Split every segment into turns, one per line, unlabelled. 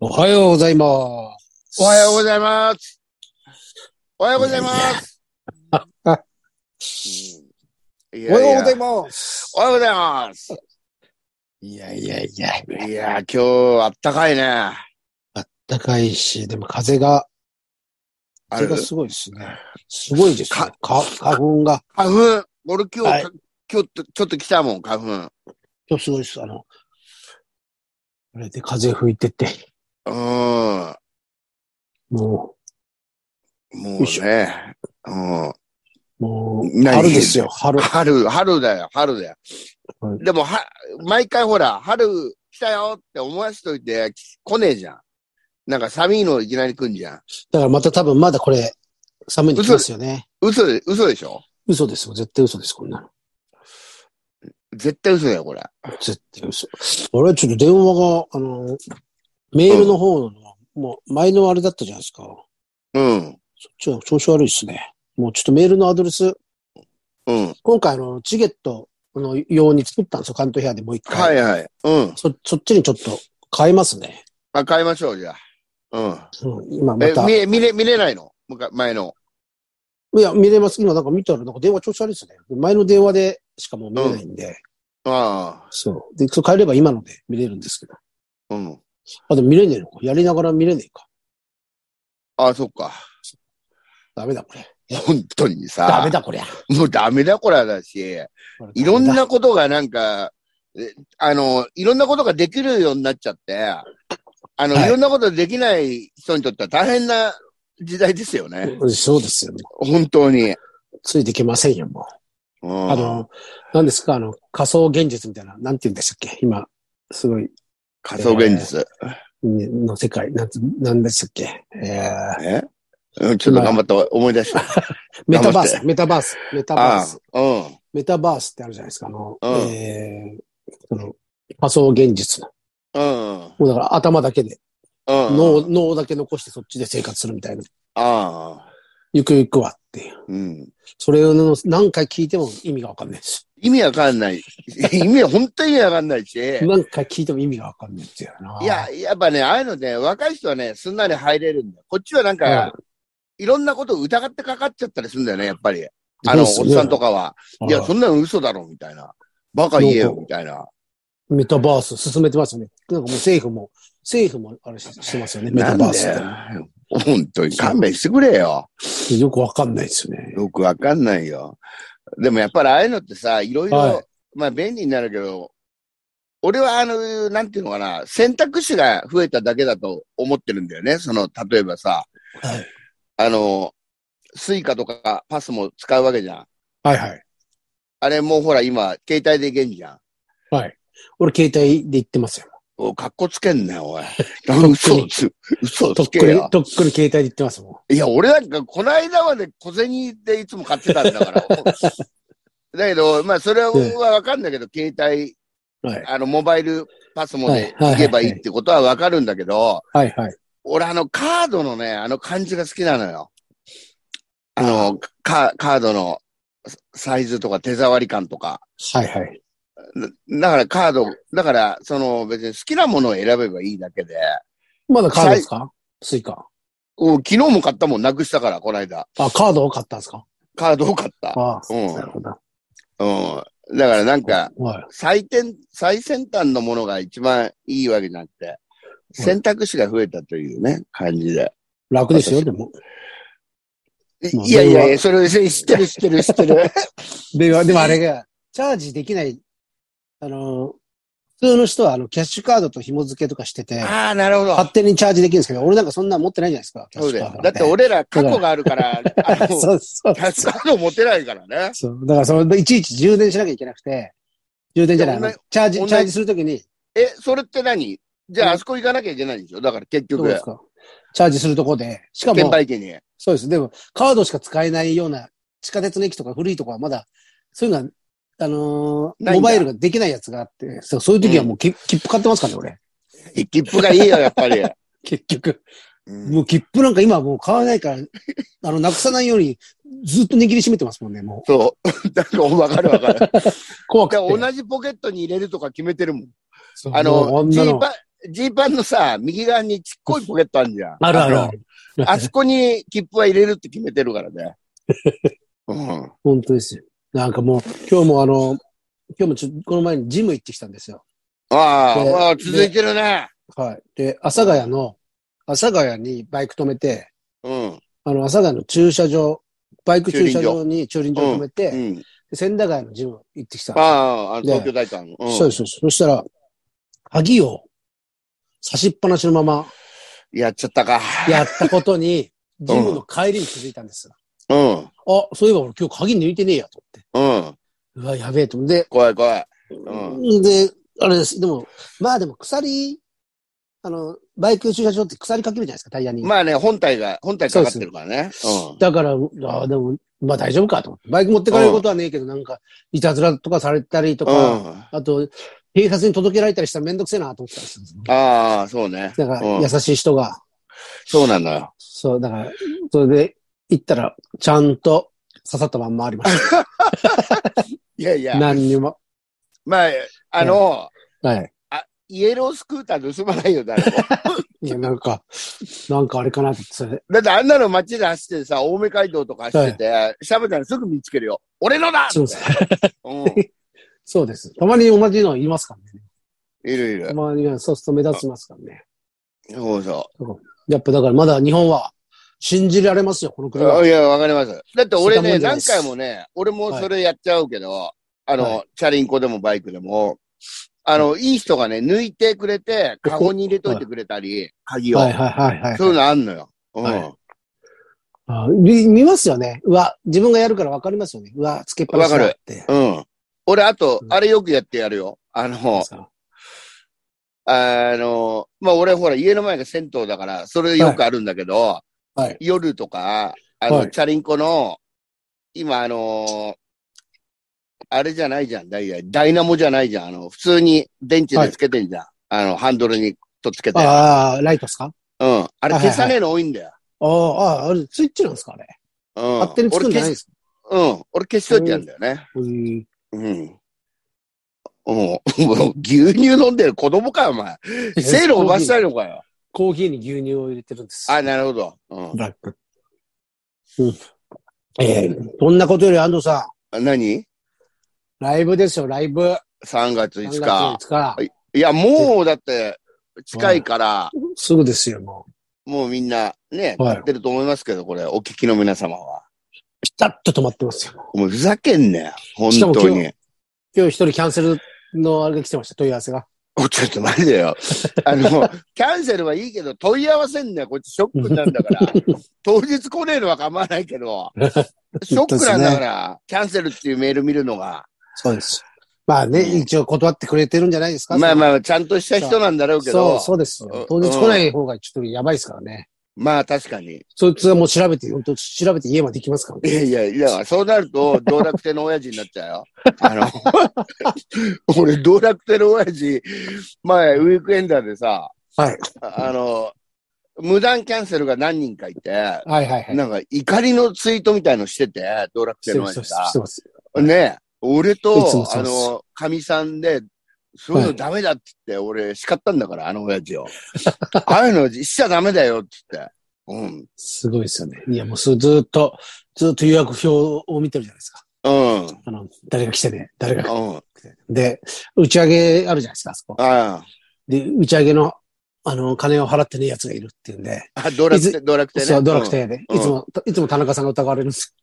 おはようございます。
おはようございます。おはようございます。うん い
おはようござ
ま
い
す。
ます。
おはようございます。
いやいやいや、
いや、今日あったかいね。あ
高いし、でも風が、風
る
がすごいですね。すごいですね。か花粉が、
花粉。俺今日、
はい
今日ちょっと来たもん、花粉。
今日すごいです。あの、これで風吹いてて、
う
も
ん。もうね。うん。
う、もう、
何
春ですよ、春。
春、春だよ、春だよ。
はい
でも、は、毎回ほら、春来たよって思わしといて、来ねえじゃん。なんか寒いのいきなり来んじゃん。
だからまた多分まだこれ、寒いの来ますよね。
嘘で、嘘でしょ
嘘ですよ。絶対嘘です、こんなの。
絶対嘘だよ、これ。
絶対嘘。俺ちょっと電話が、あの、メールの方の、もう前のあれだったじゃないですか。
うん。
ちょ、調子悪いですね。もうちょっとメールのアドレス、
うん。
今回あの、チゲットの用に作ったんですよ。関東ヘアでもう一回。
はいはい。うん。
そ、そっちにちょっと変えますね。
あ、変えましょう、じゃあ。うん。
うん、今ま
え、
た。
見
い
れ、見れ、見れないのむか前の。
や、見れます。今なんか見たら、なんか電話調子悪いですね。前の電話でしかもう見れないんで。
あ
そう。で、そう変えれば今ので見れるんですけど。
あ。うん。
あ、でも見れねえのか。やりながら見れねえか。
ああ、そっか。
ダメだ、これ。
本当にさ。
ダメだ、こりゃ。
もうダメだこらだし、いろんなことがなんか、えあの、いろんなことができるようになっちゃって、あの、
はい
い、ろんなことできない人にとっては大変な時代ですよね。
うんそうですよ、ね。
本当に。
ついてきませんよ、もう。
うん
あの、何ですか、あの、仮想現実みたいな、なんて言うんでしたっけ今、すごい、
仮想現実。
の世界、なんて、なんでしたっけえー、
えうん、ちょっと頑張った思い出 した。
メ
頑
タバー
張っ
ス、メタバース、メタバー
あ
ス。
あ、うん。
メタバースってあるじゃないですか、あの、
うん
えー、その、仮想現実の。
うん。
もうだから頭だけで、
うん。
脳、脳だけ残してそっちで生活するみたいな。
ああ。
ゆくゆくはっていう。
うん。
それの何回聞いても意味がわかんないです。
意味わかんない。 意味、本当に意味わかんないし。
何回聞いても意味がわかんないっていうな。
いや、やっぱね、ああいうのね、若い人はね、すんなり入れるんだよ。こっちはなんか、いろんなことを疑ってかかっちゃったりするんだよね、やっぱり。あの、おっさんと
か。
かは。いや、そんなの嘘だろ、みたいな。バカ言えよ、みたいな。
メタバース進めてますよね。なんかもう政府も、政府もあれししてますよね、メ
な
タ
ん
バースっ
だよ。本当に勘弁してくれよ。
て。よくわかんないですよね。
よくわかんないよ。でもやっぱりああいうのってさ、いろいろ、
はい
まあ便利になるけど、俺はあの、なんていうのかな、選択肢が増えただけだと思ってるんだよね。その、例えばさ、
はい
あの、スイカとかパスも使うわけじゃん。
はいはい。
あれもうほら今、携帯でいけんじゃん。
はい。俺携帯で言ってますよ。
おい、かっこつけんなよ、おい。嘘をつ、嘘を
とっ
つ
く
け
に、
よ。
とっくに携帯で言ってますもん。
いや、俺なんか、この間まで小銭でいつも買ってたんだ から。だけど、まあ、それはわかんだけど、携帯、
はい。
あの、モバイルパスモで
はいはい
行けばいいってことはわかるんだけど、
はいはい。
俺、あの、カードのね、あの感じが好きなのよ。あの、カカードのサイズとか手触り感とか。
はいはい。
だからカード、だから、その別に好きなものを選べばいいだけで、
まだカードですかスイカ。
お昨日も買ったもんなくしたから、この間。
あ、カードを買ったんですか
カードを買った。
ああ、
うん
なるほど。
うん。だからなんか、
はい。
最点、最先端のものが一番いいわけじゃなくて、選択肢が増えたというね、感じで。
楽ですよ、でも。
い
まあ
いやいや
電
い
話
や、それ知ってる知ってる知 ってる。
ででもあれが、チャージできない、あの、普通の人はあの、キャッシュカードと紐付けとかしてて、
ああ、なるほど。
勝手にチャージできるんですけど、俺なんかそんな持ってないじゃないですか。キャッ
そう
シュ
だ
カード
よ。
な
だ
ん
って俺ら過去がある から、あの
そうそう
キャッシュカード持てないからね。
そう。だからその、いちいち充電しなきゃいけなくて、充電じゃない、あ
いや
の
同じ
チャージ、
同じ
チャージするときに、
え、それって何じゃあ、
うん
あそこ行かなきゃいけないんでしょだから結
どうで
局
す、かチャージするとこで、しか
券
も、
売機に。
そうです。でも、カードしか使えないような地下鉄の駅とか古いとこはまだ、そういうのは、あのー
ない
モ
んだ
バイルができないやつがあって、そうそういう時はもうき、切符買ってますからね、俺。
切符がいいよ、やっ ぱり。
結局。
うん
もう切符なんか今はもう買わないから、あの、なくさないようにずっと握りしめてますもんね、もう。
そう。 だから、わかるわか る。
怖く
だから
て。
同じポケットに入れるとか決めてるもん。
そう
あの
もう、あん
ジ
な
ー
の。
パジーパンのさ、右側にちっこいポケットあるじゃん。
あるある
の
ある。
あそこに切符は入れるって決めてるから ね。うん。
本当ですよ。なんかもう、今日もあの、今日もちょこの前にジム行ってきたんですよ。
ああ、
で
わあ続いてるね。
はい。で、阿佐ヶ谷の、阿佐ヶ谷にバイク止めて、
うん。
あの、阿佐ヶ谷の駐車場、バイク駐車場に駐輪場止めて、
うん。
で千駄ヶ谷のジム行ってきた
あ
んですよ。
あ、あの東京大会の。
そううんです、そうです。そしたら、鍵を差しっぱなしのまま
やっちゃったか。
やったこと に、ジムの帰りに気づいたんです。
うん。
あ、そういえば俺今日鍵抜いてねえやと思って。
うん。
うわ、やべえと思って。
怖い怖い。
で、で、あれです。でも、まあでも鎖、あの、バイク駐車場って鎖かけるじゃないですか、タイヤに。
まあね、本体が、本体かかってるからね。うん。
だから、ああ、でも、まあ大丈夫かと思って。バイク持ってかれることはねえけど、なんか、いたずらとかされたりと
う
か、
ん。
あと、警察に届けられたりしたらめんどくせえなと思ってたんですよ。
ああ、そうね。
だから、
うん
優しい人が、
そうなんだよ。
そう、だから、それで、行ったら、ちゃんと刺さったまんまありまし
いやい
た。
や、
何にも。
まあ、あの、
はい。
イエロースクーター盗まないよ、誰も。
いや、なんか、なんかあれかなって、それ。
だってあんなの街で走ってさ、青梅街道とか走ってて、シャブちゃんすぐ見つけるよ。俺のだ
そうです。
うん。
そうです。たまに同じのいますからね。
いるい
た
る。
まにはそうすると目立ちますからね。
そうそ
やっぱだからまだ日本は信じられますよ、この
う。
車は。
いや、わかります。だって俺ね、
そんなも
何
んじゃないです
回もね、俺もそれやっちゃうけど、あの、
は
チャリンコでもバイクでも、あの、いい人がね、抜いてくれて、カゴに入れといてくれたり、鍵を。
はいはいはいはい。
そういうのあんのよ。うん。
はいあ見見ますよね。うわ、自分がやるからわかりますよね。うわ、つけっぱなしだって。
うん。俺、あと
う、ん
あれよくやってやるよ。あの、
さ
あの、まあ、俺ほら、家の前が銭湯だから、それよくあるんだけど、
はい
夜とか、あの、
はい
チャリンコの、今、あのあれじゃないじゃん、ダイヤ、ダイナモじゃないじゃん、あの、普通に電池でつけてんじゃん。あの、ハンドルにとっつけて。うん。
ああ、ライトですか
あれ
はいはいはい
消さねえの多いんだよ。
ああ、ああ、あれ、スイッチなんですかあれ。
うん。
勝手に作るんじゃないん
俺消し
ですか
うん。俺消しといてやんだよね。
うん
うん。うん。 もう牛乳飲んでる子供か、お前。セールをばしたいのかよ。
コーヒーに牛乳を入れてるんです。
あ、なるほど。うん。
ブラック。うん。ええそんなことより、安藤さん、
あ何
ライブですよ、ライブ。
?3 月
3
5日。
月5日。
いや、もうだって、近いから、
すぐですよ、もう。
もうみんなね、
はい
買ってると思いますけど、これ、お聞きの皆様は。
ピタッと止まってますよ。
もうふざけんなよ。本
しかも
当に。
今今日一人キャンセルのあれが来てました、問い合わせが。
おちょっと待ってよ。あの、キャンセルはいいけど、問い合わせんなよ。こっちショックなんだ から。当日来ねえのは構わないけど、ショックなんだから、キャンセルっていうメール見るのが。
そうです。まあね、
うん
一応断ってくれてるんじゃないですか。
まあ
あ。
まあ、ちゃんとした人なんだろうけ
そう、
ど、
そうですよ
うん。
当日来ない方がちょっとやばいですからね。
まあ確かに。
そいつはもう調べて、本当調べて家まで行きますから
い
ね。
やいや、いや、そうなる と、道楽亭の親父になっちゃうよ。あの、俺、道楽亭の親父、前、ウィークエンダーでさ、
はい。
ああの、無断キャンセルが何人かいて、
はいはいはい。
なんか怒りのツイートみたいのしてて、道楽
し
亭
て
の
ます、
親
して
父
ます。して
が。ね、俺
いつも
と、
そ
あ
うです
の、神さんで、そういう
は
の
い
ダメだって言って、俺叱ったんだから、あの親父を。ああいうのしちゃダメだよって言って。うん。
ますすごいですよね。いや、もうそれずっと、ずっと予約表を見てるじゃないですか。
うん。
あの、誰が来てね、誰が。
うん。
で、打ち上げあるじゃないですか、あそこ。
あ
で、打ち上げの、あの、金を払ってねえ奴がいるっていうんで。
あ。道楽亭、道楽亭ね。
そう、ドラクテで。
うん
いつも、いつも田中さんが疑われるんです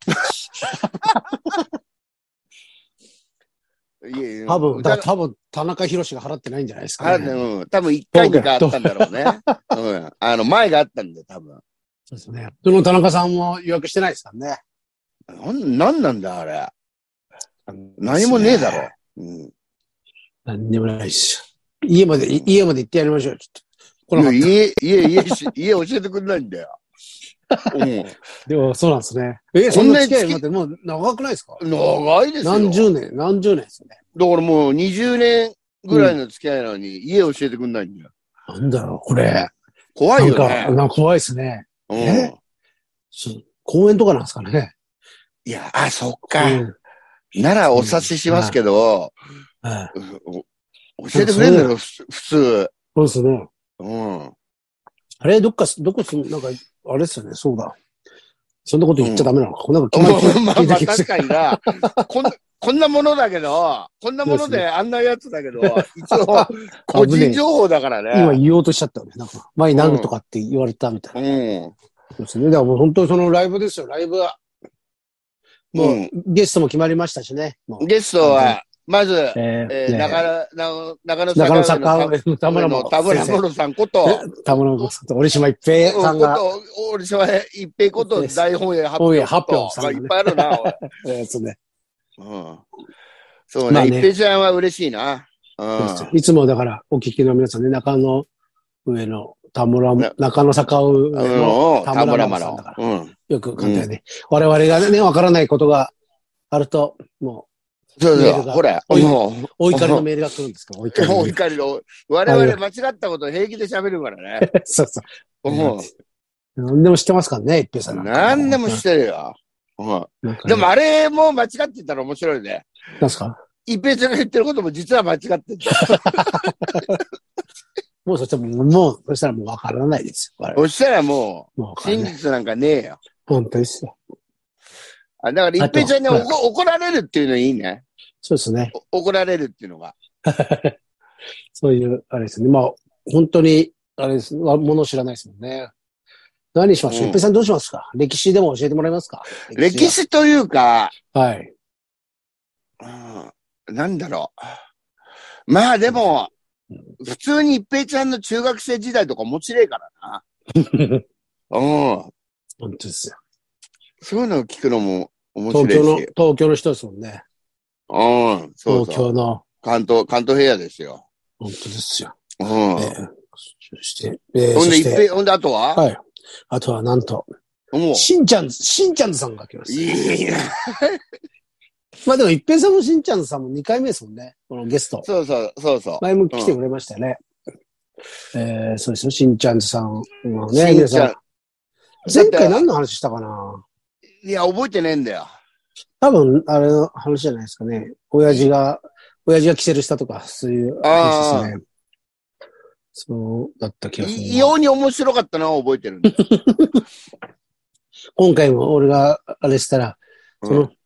いやいや
よ。多分、
だ
だ多分、田中博が払ってないんじゃないです
あ
か、
る
ね。
ね、うん。多分一回二回あったんだろうね。うん。あの、前があったんだよ、多分。
そうですね。その田中さんも予約してないですからね。
なん、なんなんだ、あれ。何もねえだろ。うん。
何にもないし。家まで、い家まで行ってやりましょうよ、ちょっと。こ
いや
の、
家、家、家し、家教えてくれないん だよ。う
でもそうなんですね。え、
そ
そ
ん
ん
な
な
に
付き合い待って、もう長くないですか
ん。長いですよ。
何十年、何十年ですよね。
だからもう20年ぐらいの付き合いなのに、家教えてくれないんだよ。
なんだろう、これ。
怖
ないん
よ
か、
ね。
なんか怖いですね。
うん。
えそう公園とかなんですかね。
いや、あ、そっ
う
か。
ん
ならお察ししますけど、
はい
うん教えてくれんだよ、ふ普通。
そうですね。
うん。
あれ、どっか、どこすん、なんか、あれですよね、そうだ。そんなこと言っちゃダメなのか。なんか、
ま
聞いた
あまあ
聞い
ま
た
あ
気
確
がする
かにな。こんこんなものだけど、こんなものであんなやつだけど、一応、個
危ね
人
え
情報だから
今
ね。
言おうとしちゃったよね。なんか、前に何とかって言われたみたいな。
うん。
そうですね。だからもう本当にそのライブですよ、ライブは。もう、
うん
ゲストも決まりましたしね。もう
ゲストは、まず、
え
えー、中
中
野、中中野
中野
坂
坂上の 田村も。
田村もろさんこと、
田村もさんと折島一平さん
こ
が、
と、俺島へ一平こと大本営発
本営
表。
発表さん
まあ
が
い
ね
っぱいあるな、 おい
えーそうね
うん。そう
まあ
ね、
ね
一平ちゃんは嬉しいな。う
そうんですよいつもだから、お聞きの皆さんね、中野上の田村も
ね、
中野坂上
あ
の、
の。
田
田
村
村
麻
麻呂
呂さんだか
うん。
よく簡単にね、我々がね、わからないことがあると、も
そう
メ
そう
ール。が
ほら、
おい
もう、
う、お怒りのメールが来るんですけど、お怒り
も
の
う
メール。
怒りの、我々間違ったこと平気で喋るからね。
そうそう。
も
何でも知ってますからね、一平さ
う、
んなんか。
何でもしてるよ。うん
なんかね
でもあれも間違ってたら面白いね。
なんすか
一平ちゃんが言ってることも実は間違ってた。
もうそしたらもう、もう、そしたらもうわからないですよ。我々
そしたらも
もうわ
う、
から
真
ない。
実なんかねえよ。
本当ですよ。
あだから、一平ちゃんに
あと
おこ怒られるっていうのいいね。
そうですね。
お怒られるっていうのが。
そういう、あれですね。まあ、本当に、あれです。わものを知らないですもんね。何しましょう
うん
一平さんどうしますか歴史でも教えてもらえますか
歴史というか、
ははい。
うんなんだろう。まあでも、普通に一平ちゃんの中学生時代とか面白いから な。うん。
本当ですよ。
そういうのを聞くのも面
東京
白
の、
いし。
東京の人ですもんね。
うん。そう
東
そう。
京の、
関東、関東平野ですよ。
本当ですよ。
うん。
ええそして、ええ
ほ
そ
んで
し
一
て、
平、ほんであとは、
はい。あとはなんと、
もう。
しんちゃん、しんちゃんさんが来ました。
いいな
まあでも、一平さんもしんちゃんさんも2回目ですもんね。このゲスト。
そうそう、そうそう。
前も来てくれましたよね。えー、そうですよ。しんちゃんさんはね、
しん
皆
ちゃ
さ
ん
ん。前回何の話したかない
や、覚えてねえんだよ。
多分、あれの話じゃないですかね。親父が、親父がキセルしたとか、そういう話ですね。そうだった気がす
い異
るな。
様に面白かったのは覚えてるんだよ。
今回も俺があれしたら、その、うん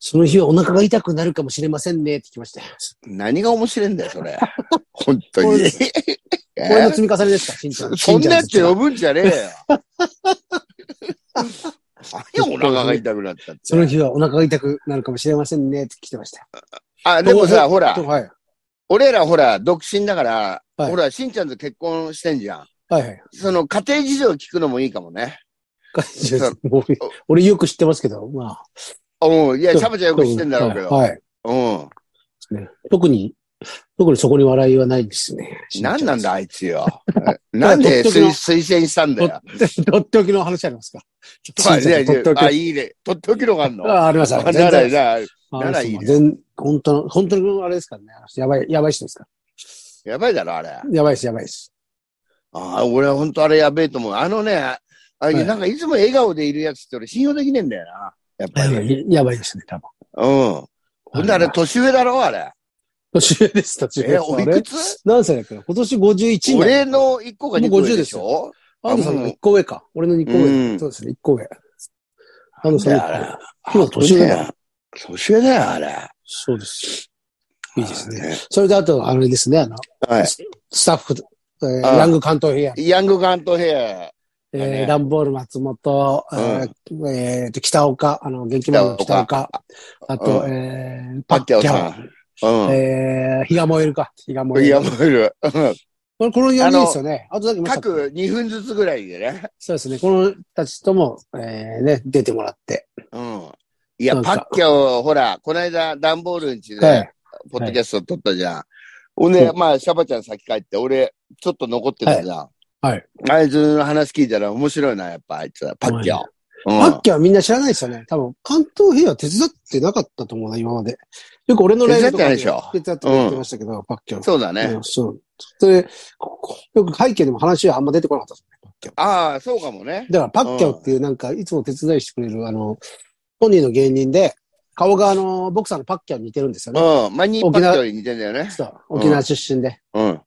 その日はお腹が痛くなるかもしれませんねって来ましたよ。
何が面白いんだよ、そ れ。本当
これ
に
で。
え
これの積み重ねですか、しんちゃ
そ
ん。
そんなやつ
よ。
呼ぶんじゃねえ よ。何お腹が痛くなったって。
その日はお腹が痛くなるかもしれませんねって来てましたよ。
あ、でも
どう
さ、ほら
と、はい。
俺らほら、独身だから、
はい
ほら、しんちゃんと結婚してんじゃん。
はいはい。
その家庭事情聞くのもいいかもね。
感じです。もう 俺よく知ってますけど、まあ。
うん。いや、シャバちゃんよく知ってんだろうけど。
はい。はい
うん。
特に、特にそこに笑いはないですね。
何なんだ、あいつ よ。
ら
なんで
独
推
特の
推薦したんだよ。
とっておきの話ありますか
とはいやいや
とっておき
あ、いいね。とっておきのがあんの。
あ、あります。
あ
あ
な
り
ら、
ます
なら、
あ
ならいいね
そう全本当の、本当にあれですからね。あの人やばい、やばい人ですか
やばいだろ、あれ。
ら。やばいです、やばいです。
ああ、俺は本当あれやべえと思う。あのね、ああいう
はい
なんかいつも笑顔でいるやつって俺信用できねえんだよな。やっぱり。うん。
やばいですね、多分。
ほんであれ年上だろあれ。
年上です、年上です。
え、おいくつ
何歳だっけな今年51になる
俺、の1個が2個上でし
も
ょ
アンドさん
あ
の
もう
1個上か。俺の2個
う
上。
ん
そうですね、1個上。
いや
アンドさんの一個上今年上だ
あ年上だよ、あれ。
そうです。いいですね。
ね。
それであと、あれですね、あの、
はい。
スタッフ、えー
ああ
ヤング関東平野、
ヤング関東平
えー
ね
ランボール松本、えーえーと北岡、あの、元気マンの北
北
岡、あと、
う
えー、
パ
パ
ッキ
ッキ
ャ
ャ
オ
オ、
さん。うん。
えー、日が燃えるか、日が燃
い
え
や、
る。
もういる。うん
このこの4人ですよね。あとだけました
各2分ずつぐらいでね。
そうですね。この人たちとも、えー、ね、出てもらって。
うん。いや
な、ん
パ
か
ッキャオ、ほら、この間、段ボールんちで、
はい。
ポッドキャスト撮ったじゃん。ほんで、
う
まあ、シャバちゃん先帰って、俺、ちょっと残ってたじゃん。
はい。
あいつの話聞いたら面白いな、やっぱ、あいつ。パッキャオ。うん
パッキャはみんな知らないですよね。多分、関東平野は手伝ってなかったと思うな、今まで。よく俺のライブとか
手伝ってない
手伝ってくれてましたけど、パッキャは。
そうだね。
うんそう。それ、ここよく背景でも話はあんま出てこなかったですね、パッキャオ
ああ、そうかもね。
だから、パッキャオっていうなんか、いつも手伝いしてくれる、あの、本人の芸人で、顔があの、ボクサーのパッキャオに似てるんですよね。
うん。まあ、にパッキャオに似てんだよね。
そう沖縄出身で。
うん。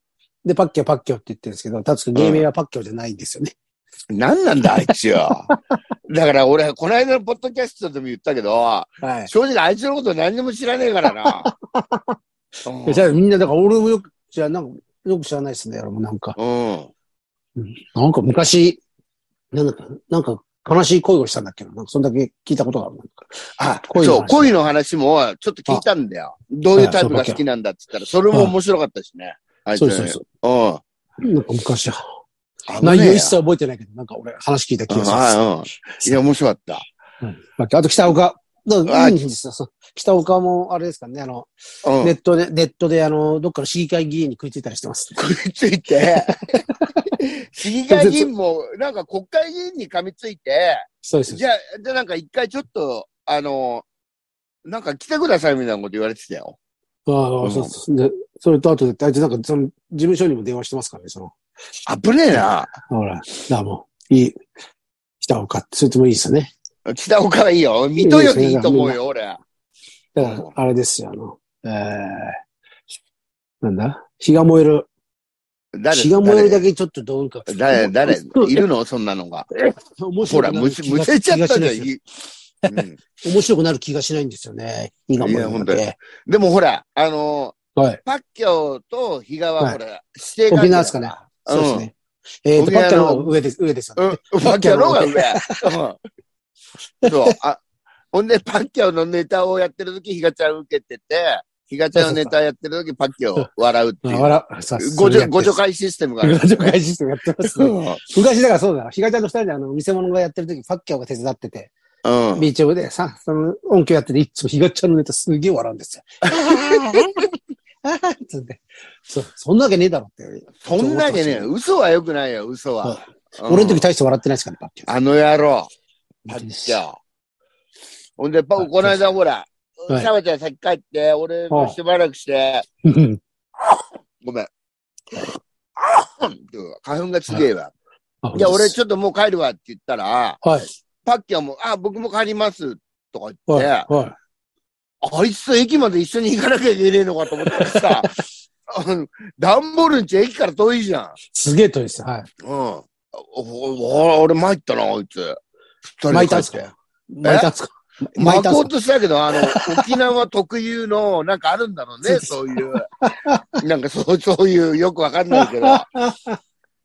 で、パッキョパッキョって言ってるんですけど、たつくん芸名はパッキョじゃないんですよね。
何なんだ、あいつよ。だから俺、この間のポッドキャストでも言ったけど、
はい。
正直あいつのこと何にも知らねえ からな。うん
じゃあみんな、だから俺もよく、じゃあなんか、よく知らないですね、俺もなんか。
うん。
なんか昔、なんだか、なんか悲しい恋をしたんだっけど、なんかそんだけ聞いたことがある。なんか
あ、
恋の話
そう、恋の話もちょっと聞いたんだよ。どういうタイプが好きなんだって言ったら、それも面白かったしね。あいつ
そ
の
うそうそう
うん。
う。なんか昔、
危ねえ
内
や
容一切覚えてないけど、なんか俺話聞いた気が
あ
する。
あうんいや、面白かった。
まああと北岡。だから
あ
いいんですよそう北岡も、あれですからね、あの、
うん。
ネットで、ネットで、あの、どっかの市議会議員に食いついたりしてます。
食いつい て、市議会議員も、なんか国会議員に噛みついて、
そうです。
じゃあ、で、なんか一回ちょっと、あの、なんか来てくださいみたいなこと言われてたよ。
あ
う
あ、
ん
そうそう。で、それとあとで、あいつなんか、その、事務所にも電話してますからね、その、
危ねえな。
ほら、だからもう、いい、北岡って、それともいいですよね。
北岡はいいよ。水戸よりいいと思うよ、俺。
だから、あれですよ、あの、えー、なんだ火が燃える。
誰
血が燃えるだけちょっとどうにか。
誰、誰、
もう
いるのそんなのが。
面
ほ
白
ら、
くな
む
る気
せ、
が
むせちゃったじゃん。
気がしないですよ
いうん
面白くなる気がしないんですよね。火が燃えるだ
い
け。
でもほら、あの、
はい。
パッキョと比嘉はほら、指定
沖縄ですかね。
うん
そうですね。えっと、
沖
パ
縄の
ッキャの方が上です、上ですよ
う
ね
ん。、パッキャオの方が上。うんそう。あ、ほんで、パッキャオのネタをやってるとき、ヒガちゃん受けてて、ヒガちゃんのネタやってるとき、パッキャオ笑うって
あ
いう。
笑うさす
ご
それ
助
やって
ご助会システムがある
ご。助会システムやってます
う
ね。
ん。
昔だからそうだな。ひがちゃんと二人であの、見せ物がやってる時、パッキャオが手伝ってて、
うん。
ビーチオブで、さ、その、音響やってて、いつもひがちゃんのネタすげえ笑うんですよ。あはははつって。そ、そんなわけねえだろって。
そんだけね、嘘は良くないよ、嘘
は
は。うん
俺の時大して笑ってないですからね、パッキャオ。
あの野郎、パ
本当
ッキ
です
ャオ。ほんで、パ
はい
この間ほら、シ
はい
ャバちゃん先帰って、俺もしばらくして、
うん
ごめん。花粉がすげえわ。
あ
いや、俺
本
ちょっともう帰るわって言ったら、
当です
パッキャオも、あ、僕も帰ります、とか言っ
はい。
て、
はい。はい。
あいつと駅まで一緒に行かなきゃいけねえのかと思ったら さ、あのダンボールんち駅から遠いじゃん。
すげえ遠いです。はい。
うん。おお俺参ったな、あいつ。
巻いたんす
二人で帰って
か巻いたんすか巻い
巻
たん
こ
す
う
か
としたけど、あの、沖縄特有の、なんかあるんだろう ね、そういう。なんかそう、そういう、よくわかんないけど。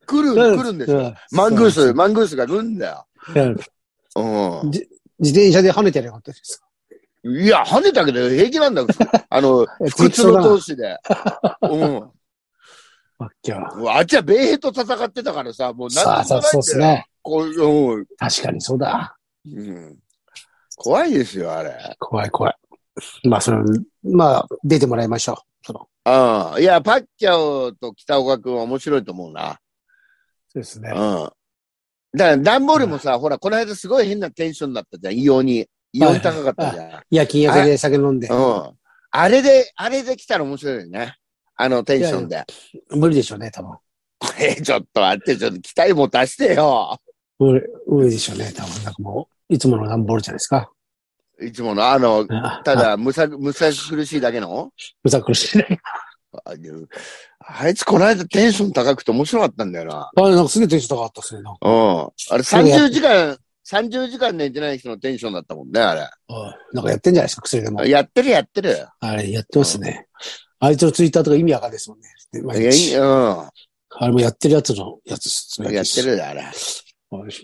来る、来るんですよ。
うん
マングー
そう
ス、マングースが来るんだよ。
なんです
う
自転車で跳ねてやればよかったです。
ん。いや、跳ねたけど平気なんだよ。あ の、
え
不屈の闘士 で。うん。
パッキャオ。
あっちは米兵と戦ってたからさ、もう何に
さあ、
もない
さあ、
んだよ
そうですね。
こううん
確かにそうだ。
うん怖いですよ、あれ。
怖い怖い。まあ、その、まあ、出てもらいましょう。その、
ああ。いや、パッキャオと北岡くんは面白いと思うな。
そうです
うん。
ね
だ。から、ダンボールもさ、ほら、この間すごい変なテンションだったじゃん、異様に。異様に高かったじゃん。
夜勤夜景で酒飲んで。
うん。あれで、あれで来たら面白いよね。あのテンションで。
無理でしょうね、多分。
え、ちょっと待って、ちょっと期待も出してよ。
無理、無理でしょうね、多分。なんかもう、いつもの段ボールじゃないですか。
いつもの、あの、
た
た、だ、むさ、むさ苦しいだけの
むさ苦しいね。
あいうあいつ、この間テンション高くて面白かったんだよな。
あなんかすげえテンション高かったですね。なんか
うん。あれ、30時間、30時間寝てない人のテンションだったもんね、あ
うんなんかやってんじゃないですか、薬でも
れ。。やってる、やってる。
あれ、やってますね。あいつのツイッターとか意味わかんないですもんね。で毎
え
日
うん。
あれもやってるやつのやつっす
やって。るあれ。
はい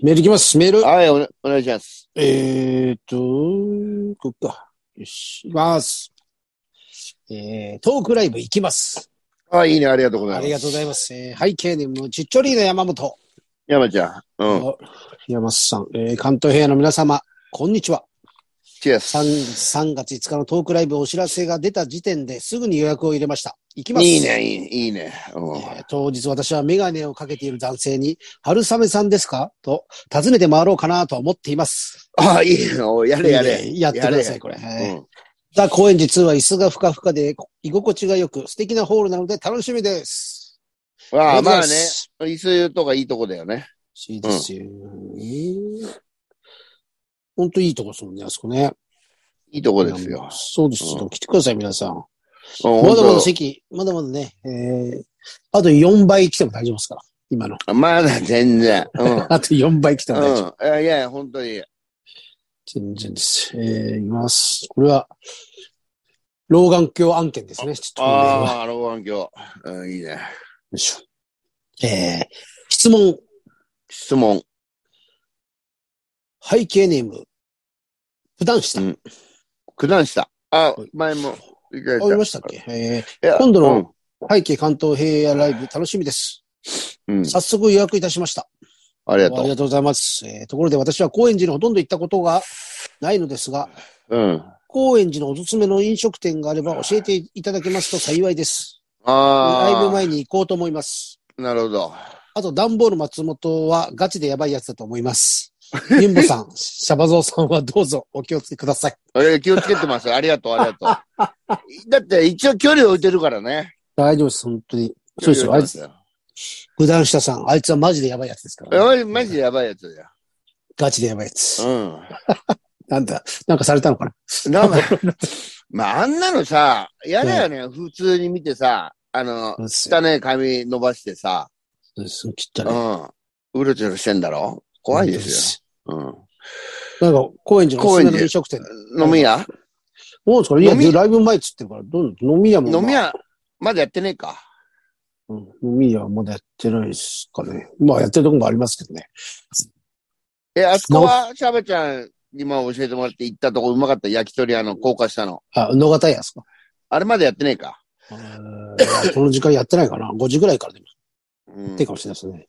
メールいきます、メール。
はい、おお願いします。
えーと、こっか。よし、行きます。えー、トークライブ行きます。
あ、いいね、ありがとうござい
あ
ます。
りがとうございます。えー、背景ネーム、ちっちょりーの山本。
山ちゃん。うん。
お山本さん、えー、関東平野の皆様、こんにちは。
チェス。
3, 3月5日のトークライブお知らせが出た時点ですぐに予約を入れました。行きます。
いいね、いいね、いいね。うん。
えー当日私はメガネをかけている男性に、春雨さんですかと尋ねて回ろうかなと思っています。
あ、いいよ、やれや
い
れ。
いねやってください、これ。
う
はい
ん。
ザ・高円寺2は椅子がふかふかで、居心地が良く、素敵なホールなので楽しみです。
まあ、まあね、
ね。
椅子とかいいとこだよね。
いいですよ。ほんといいとこですもんね、あそこね。
いいとこですよ。
そうですよ。
うん
来てください、皆さん。
うん
まだまだ
本
席、まだまだね、えーあと4倍来ても大丈夫ですから、今の。
まだ全然。うん。
あと4倍来ても大丈夫。
うん、いやいや、本当に。
全然です。えー、いきます。これは、老眼鏡案件ですね。ちょっとこれは。
ああ、老眼鏡。うん、いいね。
よいしょ。えー、質問、
質問。
背景ネーム、普段した。
うん九段下。あ
はい、
前も。いただい
あ、
た
りましたっけえ
いや
今度の
うん
ー、背景関東平野ライブ楽しみです。
うん。
早速予約いたしました。
あり
あ
がと
り
う。
がとうございます。えー、ところで私は高円寺にほとんど行ったことがないのですが、
うん。
高円寺のおすすめの飲食店があれば教えていただけますと幸いです。ライブ
あ
前に行こうと思います。
あ。なるほど。
あと、ダンボール松本はガチでやばいやつだと思 います。ユンボさん、シャバゾウさんはどうぞお気をつけください。
え気をつけてます。ありがとう、ありがとう。 だって一応距離置いてるからね。
大丈夫です、本当に。そうですよ、あいつ、
よ。
普段下さん、あいつはマジでやばいやつですから、
おいマジでやばいやつだよ。
ガチでやばいやつ。
う。
なんだ、なんかされたのかなん
なんか、まあ、あんなのさ、嫌だよね。普通に見てさ、あの、
そうですよ
汚ね髪伸ばしてさ、
そうですよ、きっとね。
うん。うろちょろしてんだろ怖いですよ。
よ。なんか、高円寺のおすすめの飲食店。
うん。飲み屋
どうですかねいや、
飲み
ライブ前っつってるから、どう飲み屋も、まあ
飲み屋、まだやってねえか。
うん飲み屋はまだやってないですかね。まあ、やってるとこもありますけどね。
え、あそこは、シャバちゃんにも教えてもらって行ったとこうまかった焼き鳥屋の高架下の。
あ、野方屋ですか。
あれまだやってねえか。
えーこの時間やってないかな。5時ぐらいからでも
うん
って。かもしれないですね。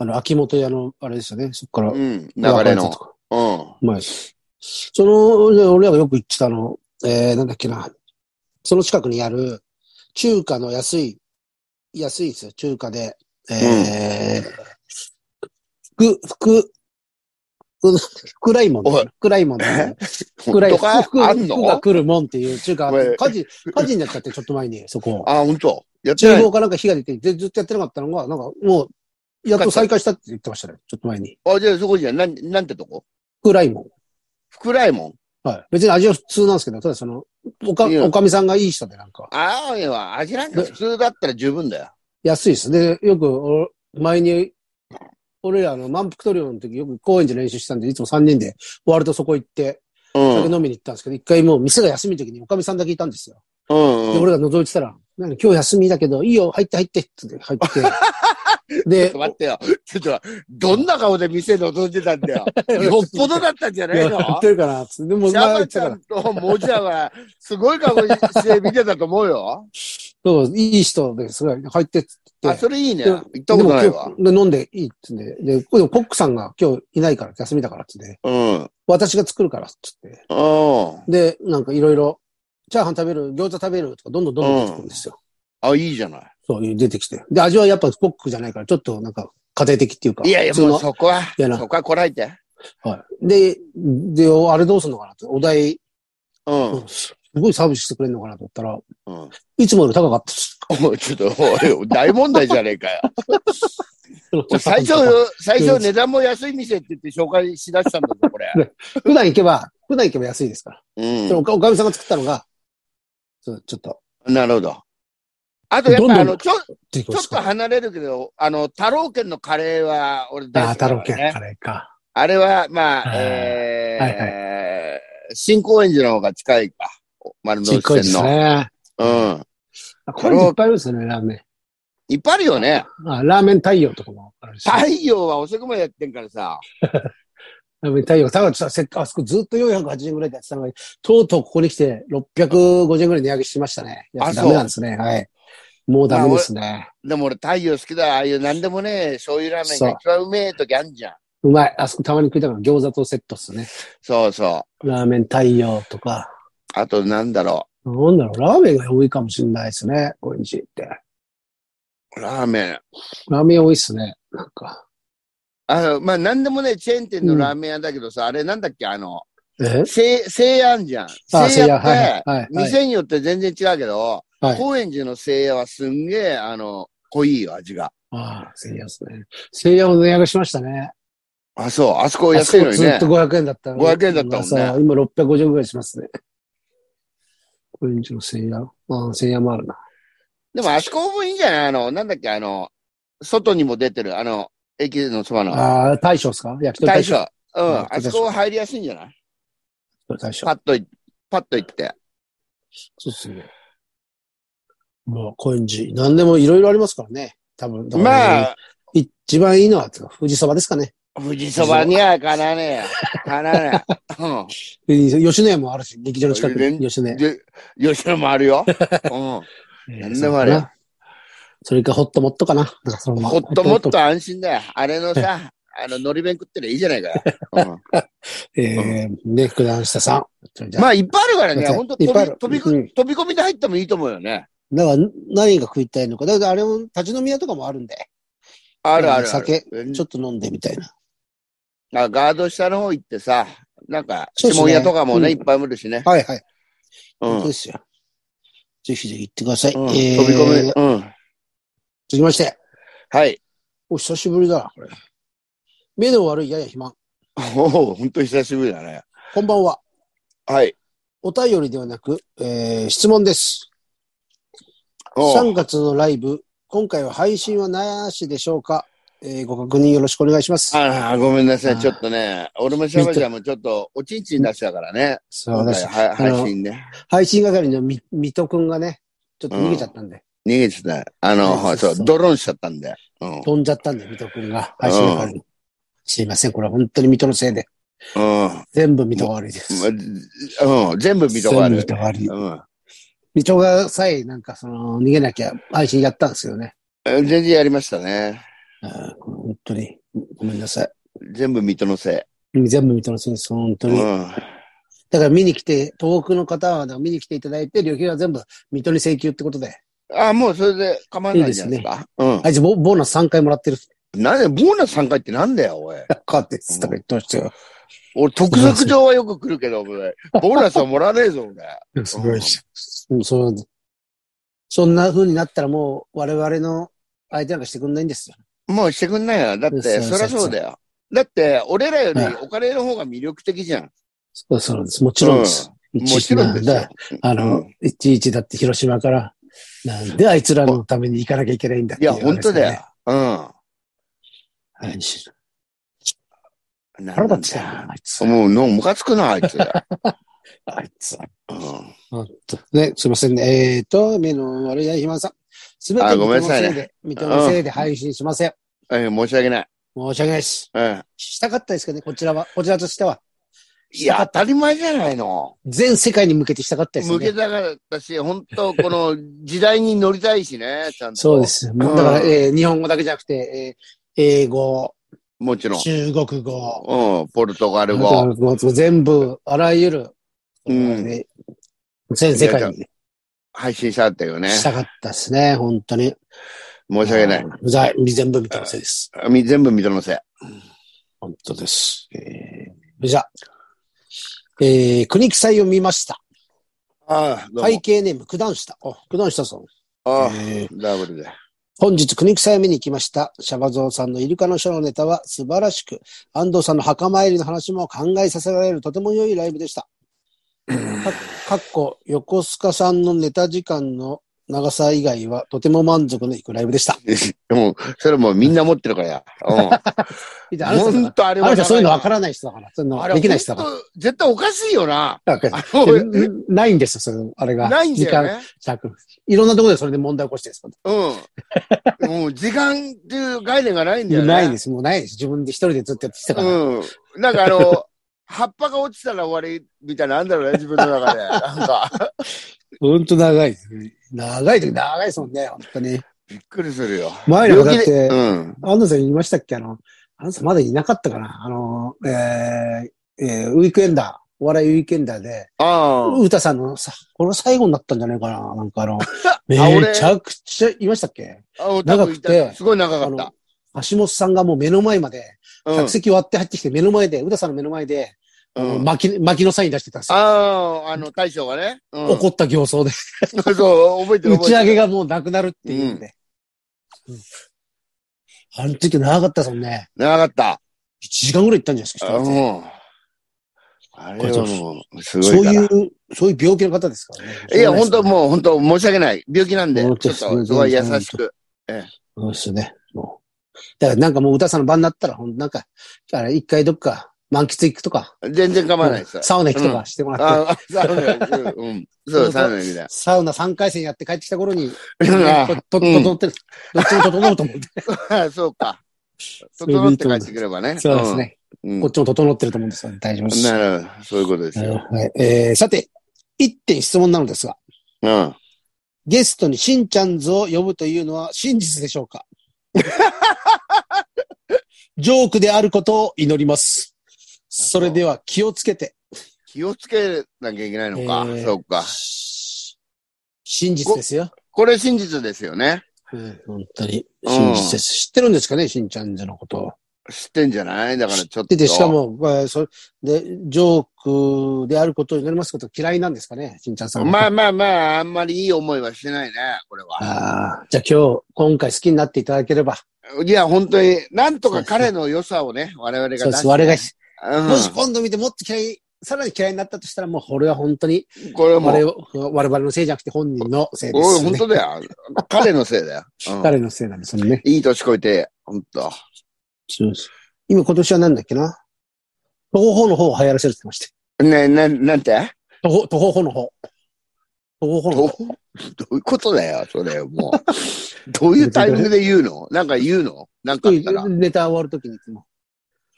あの、秋元屋の、あれですよね。そこから
う。ん。流れの
と。か。
う
前です。その、で俺らがよく行ってたあの、えー、なんだっけな。その近くにある、中華の安い、安いですよ。中華で。えー、福、福、福福来門
おい。
福来門。
ん。
福来
とか
福
あん
福が
の
来るもんっていう中華あって
おい
火事、火事になっちゃって、ちょっと前に、そこ。
あ、ほんと。やってな
厨
い
房。かなんか火が出て、でずっとやってなかったのが、なんかもう、やっと再開したって言ってましたね。ちょっと前に。
あ、じゃあそこじゃん。なん、なんてとこ
福来門。
福来もん。
はい。別に味は普通なんですけど、ただその、おか、
いや
おかみさんがいい人でなんか、
ああ、いや、味なんか普通だったら十分だよ。
安いです。で、よく、お前に、俺らあの、満腹トリオの時よく高円寺練習したんで、いつも3人で終わるとそこ行って、
うん。
酒飲みに行ったんですけど、一、回もう店が休みの時におかみさんだけいたんですよ。
うん
で、
うん。
俺が覗いてたら、なんか今日休みだけど、いいよ、入って入って、つって入 って。
ちょっ
で
と、待ってよ。ちょっと待って、どんな顔で店覗いてたんだよ。よっぽどだったんじゃ
い
な
や
い
や
の
ってるかな、つって。でも、
シ
まあ、
ャ
言っ
バ
て
ち
た
ゃ
か
ん
ら。
とモジャは、すごい顔して見てたと思うよ。
そう、いい人ですごい、入ってっつって。
あ、それいいね。
で
行ったことないわ
でも。今日で飲んでいいっつって。で、これでもコックさんが今日いないから、休みだからっつって。
うん。うん。
私が作るからっつって。で、なんかいろいろ、チャーハン食べる、餃子食べるとか、どんどんどんどん出てくるんですよ。
あ、いいじゃない。
そういう出てきて。で、味はやっぱコックじゃないから、ちょっとなんか家庭的っていうか。
いやいや、
普通
もう
の
そこは、
いやな
そこはこらえて。
はい。で、で、おあれどうすんのかなって、お題、
うん。うん
すごいサービスしてくれるのかなと思ったら、
お
いつもより高かったです。
いちょっと、おい大問題じゃねえかよ。最初、最初値段も安い店って言って紹介しだしたんだぞ、これ。
普段行けば、普段行けば安いですから。で
う
もおかおかみさんが作ったのが、そうちょっと、
ん。なるほど。あと、やっ
どんどん
ぱ、あの、ちょ、ち
ち
ょっと離れるけど、あの、太郎県のカレーは、俺
あ
大
あ、
好きだ
太
から
郎
ね
系カレーか。
あれは、まあ、
あー
え
はいはい
ー、新高円寺の方が近いか。丸の
ちっ
内
こいです
線の。
ね。
うん。
これいっぱいあるんですよね、ラーメン。
いっぱいあるよね。
あラーメン太陽とかもあるし。ラ
太陽は遅くまでやってんからさ。
ーメン太陽。たださ、せっかくあそこずっと480円ぐらいでやってたのに、とうとうここに来て650円ぐらい値上げしましたね。や
あ
つダメなんですね。はい。もうダメですね。
でも俺太陽好きだ。ああいうなんでもねえ醤油ラーメンが
そう
一番うめえ時あんじゃん。
うまい。あそこたまに食いたから餃子とセットっすね。
そうそう。
ラーメン太陽とか。
あとなんだろ
なんだろう、ラーメンが多いかもしれないですね。高円寺って。
う。ラーメン。
ラーメン多いっすね。なんか。
あまあなんでもねえチェーン店のラーメン屋だけどさ、あれなんだっけあの、
え
せい、せいやんじゃん。
あ、
せ
せ
い
い
や
や、
っ
はいはい
て、
はいはい。
店によって全然違うけど、
はい
高円寺のせいやはすんげえ、あの、濃いよ、味が。
ああ、せいやですね。せいやも値上げしましたね。
あ、そう。あそこ安いのに
あ
ね
そ。こずっと500円だったのに。
500円だったもんね
さ今650円ぐらいしますね。高円寺のせいや。ああ、せいやもあるな。
でも、足こもいいんじゃないあの、なんだっけ、あの、外にも出てる、あの、駅のそばの。
ああ、大将ですか焼き鳥
大
大将。
将。う。
うんん
あそこ入りやすいんじゃない
大将
パ。ッとい、パッと行って。
そうですね。もう、コインジ。何でもいろいろありますからね。多分。だから
まあ、
い一番いいのは、富士そばですかね。
富士そばにはかなわねえよ。かなわねえ。うん。
で吉野家もあるし、劇場の近く
連
に吉野家。
で、吉野もあるよ。 うなんでもある
えーそうかなそれか、ホットモットかな。なんかその
ん。ほっともっ。と安心だよ。あれのさ、あの、のり弁食ってりゃいいじゃないかよ。う
えー、ね、九段下さん。それじゃ
ん、
あ
まあ、いっぱいあるからね。
だって
ほんと
いっぱいあ
飛び、
る
飛び込
うん
飛び込みで入ってもいいと思うよね。
だから、何が食いたいのか。だから、あれも、立ち飲み屋とかもあるんで。
あるあるある。
酒
うん
ちょっと飲んでみたいな。
あガード下の方行ってさ、なんか、
そ
指
うですね
紋屋とかもね、
うん
いっぱいあるしね。
はいはい。
うん。
本
うん
当ですよ。ぜひぜひ行ってください。
飛
えー
び込み。うん。
続きまして。
はい。
お、久しぶりだな、これ。目の悪いやや肥満。
おお、ほんと久しぶりだね。
こんばんは。
はい。
お便りではなく、えー、質問です。
おう
3月のライブ、今回は配信はなしでしょうか、えー、ご確認よろしくお願いします。
ああ、ごめんなさ
あ
い。
ー
ちょっとね、俺もシャバちゃんもちょっと、おちんちん出したからね。
そうです。
今回は
あの
配信ね。
配信係のみ、水戸くんがね、ちょっと逃げちゃったんで、
逃げてた。あの、
そうそ
そうう、ドローンしちゃったんで。うん。
飛んじゃったんで、水戸くんが、配信係に。すいません、これは本当に水戸のせいで、
うん。
全部水戸が悪いです。
うん。全部見とこあ
全
る
部水。戸が悪い。
うん。
水戸がさえ、なんかその、逃げなきゃ配信やったんですけどね。
全然やりましたね。
あーこれ本当に、ごめんなさい。
全部水戸のせ
全部見てのせいです、本当
い。
に。
うん。
だから見に来て、遠くの方は、だから見に来ていただいて、旅費は全部、水戸に請求ってことで。
あ、もうそれで構わないじゃないですか。うん。
あいつボ、ボーナス3回もらってる。
なんで、ボーナス3回ってなんだよ、おい。
かってつとか言ってましたよ。
俺、特策上はよく来るけど、俺。ボーナスはもらわねえぞ、俺。
すごいし。うん、そうなんですそんな風になったらもう、我々の相手なんかしてくんないんですよ。
もうしてくんないよ。だっ
そ
て、
うそ
そ
う
りゃそうだよ。だって、俺らより
う
お金の方が魅力的じゃん。
そうそうなんです。もちろんです。
うん。もちろんです
だか
よ
ら。あの、いちいちだって広島から、なんであいつらのために行かなきゃいけないんだっ
い
てう
や、本当だよ。うん。
はい。
な
腹
んだ
立つな、あいつ。
もう、の、ムカつくな、あいつ。う
あいつ。
ん。
あとね、すいませんね。えっ、と、目の悪い肥満さん。すべて
あ
水
ご
戸
めんな
の
さい
せい
ね
で、水戸のせいで配信しません。
え、申し訳ない。
申し訳ないです。
うん。
したかったですけどね、こちらは。こちらとしては。
いや、当たり前じゃないの。
全世界に向けてしたかったですよ
向け
ね。
たかったし、本当この時代に乗りたいし ね、ちゃんと。
そうで。す。だから、えー日本語だけじゃなくて、えー英語、
もちろん。
中国語、
うん、ポルトガル
ポルトガ
語。
ル語全部、あらゆる、
うん
ね全世界に
配信したったよね。
し
申した
かったですね、本当に。
訳ない。
うざい。全部見てのせいです。
み全部水戸のせい。
本当です。えー、じゃあ、えー、国記載を見ました。
ああ、どうも。
背景ネーム、九段下。お、九段下さん。
あ
えー
あ、ダブルで。
本日、国記載を見に行きました。シャバゾウさんのイルカの書のネタは素晴らしく、安藤さんの墓参りの話も考えさせられるとても良いライブでした。かか っこ、横須賀さんのネタ時間の長さ以外はとても満足のいくライブでした。
でも、それもうみんな持ってるからや。 う
み
ん。
たいなあなた
本当あれ
あ
は。
なたそういうのわからない人だから。そういう
あ
の
れ
できない人だか
ほんと絶対おかしいよな。
ら。わかんない
あの
ないんですよ、それあれが。
ないんだよ
時間
ね。
尺いろんなところでそれで問題起こしてるんです
うん。もう時間っていう概念がないんだよね。。
ないですす。もうないです。自分で一人でずっとやってきたから。
うん。なんかあ の、葉っぱが落ちたら終わりみたいなのあんだろうね、自分の中で。なん か、
ほんと長いですね。長い時長いですもんね、本当に。
びっくりするよ。
前の
病
だ
気
っ
で。
て、
うん。
安藤さん言いましたっけあの、安藤さんまだいなかったかなあの、えーえーウィークエンダー。お笑いウィークエンダーで、
ああ。
うたさんのさ、これ最後になったんじゃないかななんか あの、め
俺
ちゃくちゃ、いましたっけ
あ
長くて
多分いたすごい長
あ
か
の
った。、
橋本さんがもう目の前まで、
うん
客。席割って入ってきて目の前で、うたさんの目の前で、あの
うん
巻き、巻きのサイン出してたんですよ
ああ、あの、大将がね。うん
怒った形相で、
そう、覚えてる
打
覚え
ち上
て
げ
る。
がもうなくなるっていうんで。うんあの時長かったですもんね。
長かっ
1時間ぐらい行ったんじゃないです
た。
か、一人で
うん。あれはもう、す
そ
ご
う
いから。
いう、そういう病気の方ですからね。
いや、本当もう、本当申し訳ない。病気なんで、ちょ
本
っと、
当です
すごい優しく。
そうですよね。もう。だからなんかもう歌さんの場になったら、ほんなんか、あれ、一回どっか満喫行くとか、
全然構わないです。
サウナ行くとかしてもらって、
あ、あサウナ、うんうん。 そう、サウナみたい
サウナ3回戦やって帰ってきた 頃に、
な。
と、と、
うん
と、と、って、どっちも整うと 思って。
あそうか。
れで
整
い
って
い
帰
と思い
っ
ます
てくればね。
そうですね。
うん。
こ
う
っちも整ってると思うんですよ。大丈夫で
ん。
す。
なるほど。そういうことですよ。
はい。えー、さて、一点質問なのですが、
うん。
ゲストにしんちゃんズを呼ぶというのは真実でしょうか ジョークであることを祈ります。それでは気をつけて。
気をつけなきゃいけないのか
え。ー
そうか。
し真実ですよ。
これ真実ですよね。
うん本当に。
うん
真実です。知ってるんですかねしんちゃんズのことを。
知ってんじゃないだからちょっと。
で、で、しかも、まあそれで、ジョークであることを祈りますこと嫌いなんですかねしんちゃんさんは。
まあまあまあ、あんまりいい思いはしてないね、これは。
ああ、じゃあ今日、今回好きになっていただければ、
いや、本当に、なんとか彼の良さをね、我々が出
そう
し
です。
て。
我々が、
うん
もし今度見てもっと嫌い、さらに嫌いになったとしたら、もうこれは本当に、
これも
我
う、
々我々のせいじゃなくて本人のせいで
おい
す、
本
ね。
当だよ。彼のせいだよ。うん
彼のせいなんですよね。
いい年こいて、本当。
そうです。今今年は何だっけな途方法の方を流行らせるって言ってまし
ね、
て。
な、なんて
途方途方法の方。途方法の
どう
方。、
どういうことだよ、それ、もう。 どういうタイミングで言うのなんか言うのなんかあったら。
ネタ終わるときにいつも。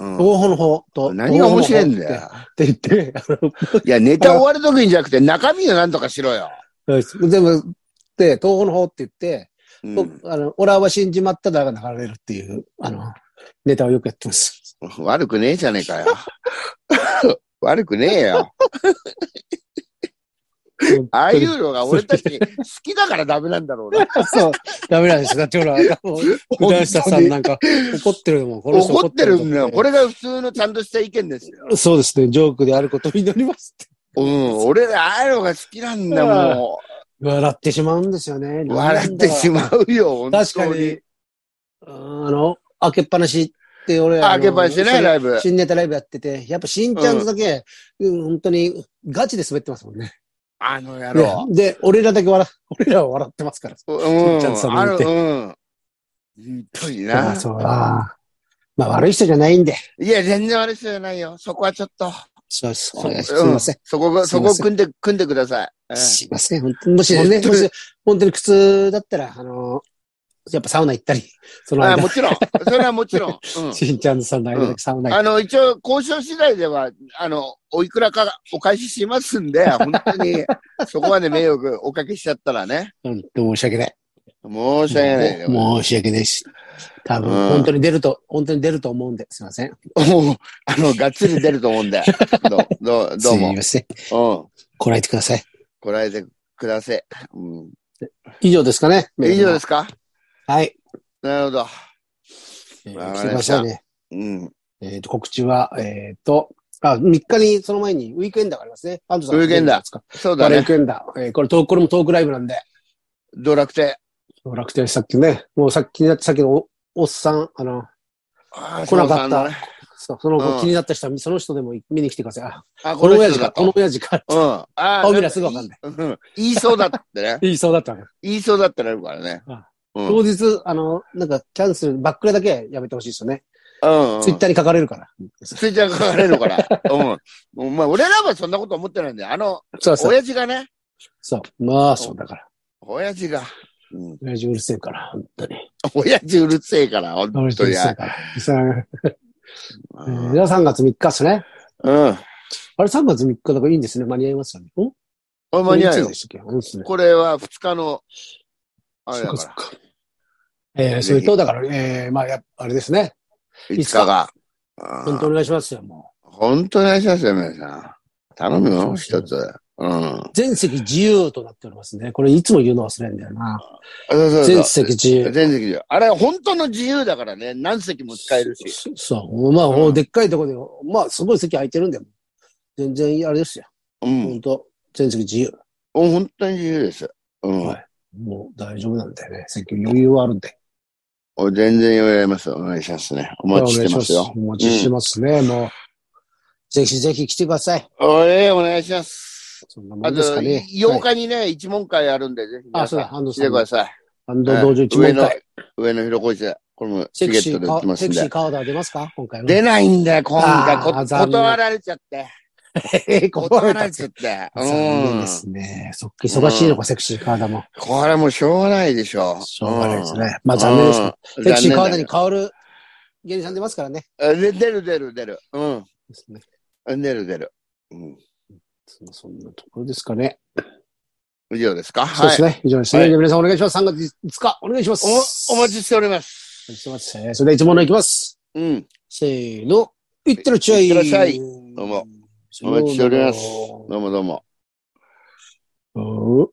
うん
途方法の方と。
何が面白いんだ
っ
よ。
て言って、あの
いや、ネタ終わるときにじゃなくて、中身をなんとかしろよ。
そうです全部、で、東方の方って言って、
うん
僕あの、オラは死んじまっただが流れるっていう、あの、ネタをよくやってます。
悪くねえじゃねえかよ。 悪くねえよ。ああいうのが俺たち好きだからダメなんだろう な。
そう、ダメなんですよ。だってほら、もう
当に
歌下さんなんか怒ってるのも、この人
怒ってるんだよ。こ
れ。
れが普通のちゃんとした意見ですよ。
そうですね、ジョークであることを祈りますって。
うん。俺ら、ああいうのが好きなんだも
笑ってしまうんですよね。
ん。笑ってしまうよ、本当に。
確かに。うんあの、開けっぱなしって俺
あ。開けっぱなしで
あ
ね、
の
ライブ。
新ネタライブやってて、やっぱ新ちゃんズだけ、うん本当にガチで滑ってますもんね。
あの野郎。
で、俺らだけ笑、俺らは笑ってますから。
うん。
ちゃんと
あ
寒い
の、
って
うん。本当に
あ
な
あ、。そうああまあ悪い人じゃないんで。
いや、全然悪い人じゃないよ。そこはちょっと。
そうです。
そ
お願いします。
う
すい
ん
ません。
そこが、
すい
そ
ま
こ
せん
組んで、組んでください。うん
すいません。本当にもしね、
本当に
もし本当に苦痛だったら、あの、やっぱサウナ行ったり、その
あ
間
も、ちろん。それはもちろん。うん
しんちゃんさんの間だけサウナ行っ
あの、一応、交渉次第では、あの、おいくらかお返ししますん で、本当に、そこまで迷惑おかけしちゃったらね。
たり、本当申し訳ない。
申し訳ないよ。
もう申し訳ないし。多分、
うん
本当に出ると、本当に出ると思うんで、すいません。
もう、あの、がっつり出ると思うん で。どう、どう、どうも
すいません。。
うん。
ご来てください。
こらえてください。うん。
以上ですかね。。
以上ですすか
はい。
なるほど。
えー
わ
来
かり
てく
ま
だ
した
さいね。
うん。ウ
えっと、告知は、えっと、あ、3日に、その前に、ウィークエンダーがありますね。アンジュさん
ィークエンダー
ですか
そう
バ
だ
レー
ね。
クエンダー。えーこれトーク、これもトークライブなんで。
ドラクテ。
楽天さっきね、もうさっき気になって、さっきのおおっさん、あの、
あー
来なか
そ
った
うだね
そその
う
子
ん
気になった人は、その人でも見に来てください。あ、
あ、
こ
こ
の
の
親
親
父
父
か、
だ
この
と。
親父か。
うん。ああ
顔見りゃすぐわかんない。
うん。言いそうだってね。
言いそうだったわけ。
言いそうだってなるからね。うん。うん
当日、あの、なんかキャンセル、バックレだけやめてほしいですよね。
うん。
ツイッターに書かれるから。
ツイッターが書かれるから。 うん。もうまあ、俺らはそんなこと思ってないんだよ。あの、
そうそう。
親父がね。
そう。まあ、そうだから。
親父が。うん。
親父うるせえから、本当に。
親父うるせえから、本
親父
当
うる
に。
せえから。さあえ
うん。
ー3月3日っすね。
うん。
あれ3月3日だからいいんですね。間に合いますよね。ん
あ間に合う
いつ
よ
で。したっけうんですね。
これは2日の、あれ
そ
だ
っか
か
そっ
ら。
か。えー、それと、だから、えー、まあ、やあれですね。
5日が。う
本当
ん
お願いしますよ、も
本当に愛しますよ、皆さん。頼むよ、一つ。うん。
う。全席自由となっておりますね。これいつも言うの忘れんだよな。
そうそうそう
全席自由。
全席自由。あれ、本当の自由だからね、何席も使えるし。
そそう。まあ、
うん
でっかいとこで、まあ、すごい席空いてるんだよ。全然、あれですよ。
うん。
本当全席自由。
うん本当に自由です。うん。
はいもう大丈夫なんだよね。席余裕はあるんで。
お全然余裕あります。お願いしますね。お待ちしてます
お願いし
よ。
お待ちしてますね、もう。ぜひぜひ来てください。
おえお願いします。
そんなも
あ
ん
と、
ですかね。
8
はい
日にね、一問会あるんで、ぜひ皆
あ、そう
さん、
だ、ハンド
来
さ
て
ん
く。ださい。
ハンド道場一
上
問
の
会。、
上野広小路で、これもチ
セ
ケ
クシ
ット
ー
で
か
きま、す
セ
ん
クシー
で。
川田出ますか今回の。
出ないんだよ、今回。こ
あー残念
断られちゃって。
えー、
断られちゃ っ
残
て。
念
うん
で。すね。そっか忙しいのか、セクシー川田も。
これもうしょうがないでしょ。
しょうがないですね。まあ残念ですけど。
うん。
セクシー
残
川
念
田
だ
に
よ
変わる芸人さん出ますからね。
あで出る出る出る。うん。
ですね
出る出る。うん。
そそんなところですかね。
以上ですか
そう
は
で
い
す。ね。以上です
は
ね。
い
じゃあ皆さんお願いします。3月5日、お願いします。
お、お待ちしております。
お願いします。えーそれではいつものいきます。
うん。
せーの。いってらっしゃ
い
い。
ってらっしゃい
ど
うも。お待ちしております。どうもどうも。
うん
うん